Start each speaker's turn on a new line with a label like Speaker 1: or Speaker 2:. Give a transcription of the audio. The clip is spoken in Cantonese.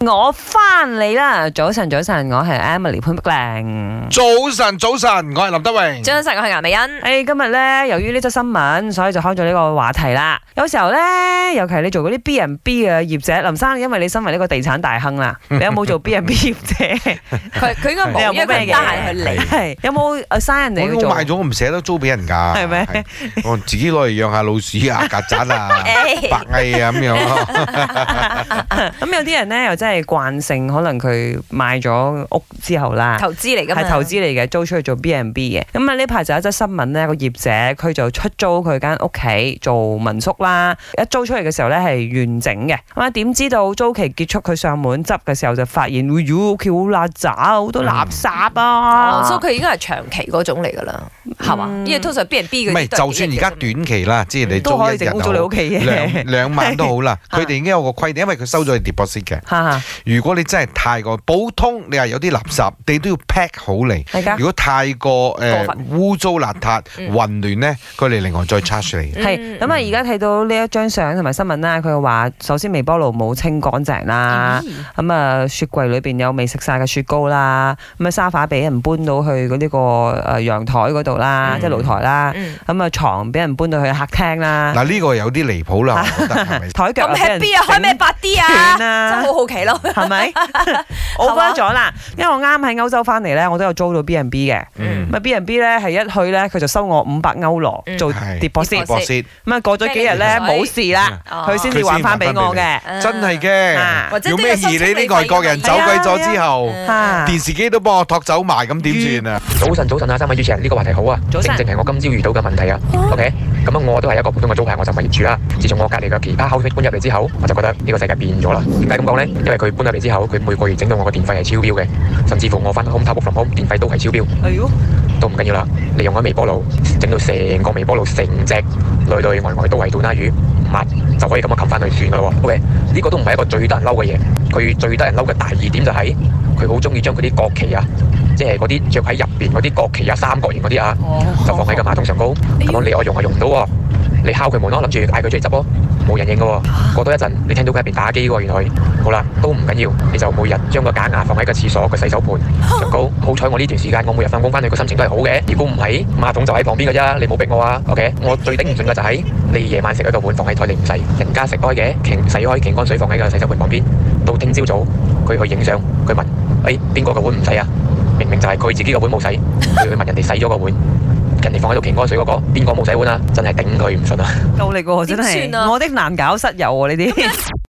Speaker 1: 我翻嚟啦！早晨，早晨，我係 Emily 潘碧玲。
Speaker 2: 早晨，早晨，我係林德
Speaker 1: 嗯
Speaker 2: 榮。
Speaker 3: 張晨，我係 顏美欣。
Speaker 1: 誒、今日咧，由於呢則新聞，所以就開咗呢個話題啦。有時候咧，尤其係你做嗰啲 B and B 嘅業者，林生，因為你身為呢個地產大亨 啦，你有冇做 B and B 業者？
Speaker 3: 佢佢應該
Speaker 1: 你啊又冇
Speaker 3: 冇，因為佢唔
Speaker 1: 咩
Speaker 3: 得閒去理。
Speaker 1: 係有冇誒生人
Speaker 2: 我
Speaker 1: 哋去
Speaker 2: 都
Speaker 1: 做？
Speaker 2: 賣咗，我唔捨得租俾人㗎。
Speaker 1: 係咪
Speaker 2: 係？我自己攞嚟養下老鼠啊、曱 甴啊、
Speaker 1: 哎
Speaker 2: 白蟻啊咁樣咯。
Speaker 1: 咁有啲人咧又真係慣性，可能佢買咗屋之後啦。
Speaker 3: 投資嚟㗎嘛，
Speaker 1: 係投資嚟嘅，租出去做 B&B 嘅。咁啊呢排就有一則新聞咧，個業者佢就出租佢間屋企做民宿啦，一租出去嘅時候咧係完整嘅。咁啊點知道租期結束，佢上門執嘅時候就發現，哎呦屋企好邋遢，好多垃圾啊！
Speaker 3: 嗯哦所以佢應該係長期嗰種嚟㗎啦，係嘛？
Speaker 1: 嗯
Speaker 3: 因為通常 B and B
Speaker 2: 唔
Speaker 3: 嗰啲
Speaker 2: 係，
Speaker 3: 都係
Speaker 2: 就算而家
Speaker 3: 幾日
Speaker 2: 短期啦，即係你
Speaker 1: 都
Speaker 2: 租
Speaker 1: 可以
Speaker 2: 一日
Speaker 1: 整污咗你
Speaker 2: 又
Speaker 1: 屋
Speaker 2: 好
Speaker 1: 企 啊嘅
Speaker 2: 兩。兩晚都好 啦。
Speaker 1: 係
Speaker 2: 佢哋已經有個規定，因為佢收咗你 deposit 嘅。
Speaker 1: 哈哈，
Speaker 2: 如果你真係太過普通，你話有啲垃圾，你都要 pack 好嚟。
Speaker 1: 係㗎
Speaker 2: 如。果太過
Speaker 3: 過
Speaker 2: 誒
Speaker 3: 分
Speaker 2: 污糟邋遢、
Speaker 3: 嗯
Speaker 2: 混亂咧，佢哋另外再 charge 你。
Speaker 3: 嗯
Speaker 1: 係咁啊！而家睇到呢一張相同埋新聞啦，佢話首先微波爐冇清乾淨啦。
Speaker 3: 咦
Speaker 1: 咁啊，雪櫃裏邊有未食晒嘅雪糕啦，咁啊沙發俾人搬到去嗰呢個誒陽台嗰度啦，
Speaker 3: 嗯
Speaker 1: 即係露台啦，
Speaker 3: 嗯
Speaker 1: 咁啊床俾人搬到去客廳啦，？
Speaker 2: 嗱呢個有啲離譜啦，我覺得係咪
Speaker 1: 台腳
Speaker 3: 咁
Speaker 1: 又俾人
Speaker 3: happy 啊，開咩八 D 啊，
Speaker 1: 斷
Speaker 3: 真
Speaker 1: 啦
Speaker 3: 係好 好奇咯。
Speaker 1: 整係咪？我
Speaker 3: 係嘛
Speaker 1: 關咗啦，因為我啱喺歐洲翻嚟咧，我都有租到 B&B 嘅，
Speaker 2: 嗯
Speaker 1: 咁啊 B&B 咧係一去咧佢就收我五百歐羅
Speaker 3: 嗯
Speaker 1: 做
Speaker 2: 係
Speaker 1: deposit，
Speaker 3: Deposit
Speaker 2: 博士。
Speaker 1: 咁啊過咗幾日咧
Speaker 3: 跟住
Speaker 1: 冇
Speaker 3: 你
Speaker 1: 事啦，
Speaker 3: 哦
Speaker 1: 佢先至還翻俾我嘅，
Speaker 3: 啊
Speaker 2: 真係嘅，
Speaker 1: 啊
Speaker 3: 或者
Speaker 2: 要
Speaker 3: 都
Speaker 2: 咩
Speaker 3: 有收
Speaker 2: 而你
Speaker 3: 清理
Speaker 2: 啲外國人走鬼咗之後，
Speaker 3: 嗯
Speaker 1: 嚇
Speaker 2: 電視機都幫我托走埋，咁點算啊？
Speaker 4: 早晨，早晨啊，三位主持人，呢、個話題好啊，
Speaker 1: 早
Speaker 4: 正
Speaker 1: 晨
Speaker 4: 正係我今朝遇到嘅問題啊。OK，咁啊，我都係一個普通嘅租客，我就唔係業主啦。啊自從我隔離嘅奇葩口搬入嚟之後，我就覺得呢個世界變咗啦。點解咁講呢？因為佢搬入嚟之後，佢每個月整到我嘅電費係超標嘅，甚至乎我翻 home top from home 電費都係超標，
Speaker 1: 哎呦，
Speaker 4: 都唔緊要啦。利用我微波爐整到成個微波爐成隻內內外外都係杜拉魚，抹就可以咁樣冚翻去算噶咯喎。OK，呢個都唔係一個最得人嬲嘅嘢，佢最得人嬲嘅第二點就係佢好中意將佢啲國旗啊，即係嗰啲着喺入邊嗰啲國旗啊、三角形嗰啲啊。就放喺個馬桶上高。咁我你我用我用唔到喎，你敲佢門咯，諗住嗌佢出嚟執咯，冇人應嘅喎。過多一陣，你聽到佢入邊打機喎，原來好啦，都唔緊要，你就每日將個假牙放喺個廁所個洗手盆上高。好彩我呢段時間我每日翻工翻去個心情都係好嘅。如果唔係，馬桶就喺旁邊嘅啫，你冇逼我啊。OK，我最頂唔順嘅就係、你夜晚食嗰個碗放喺台你唔洗，人家食開嘅，擎洗開擎乾水放喺個洗手盆旁邊，到聽朝早佢去影相，佢問：，誒邊個個碗唔洗啊？明明就係佢自己個碗冇洗，佢去問人哋洗咗個碗。人哋放喺度擎乾水嗰、個，邊個冇洗碗啊？真係頂佢唔順啊！
Speaker 1: 夠力喎真
Speaker 3: 點算
Speaker 1: 係，
Speaker 3: 啊
Speaker 1: 我的難搞室友喎呢啲。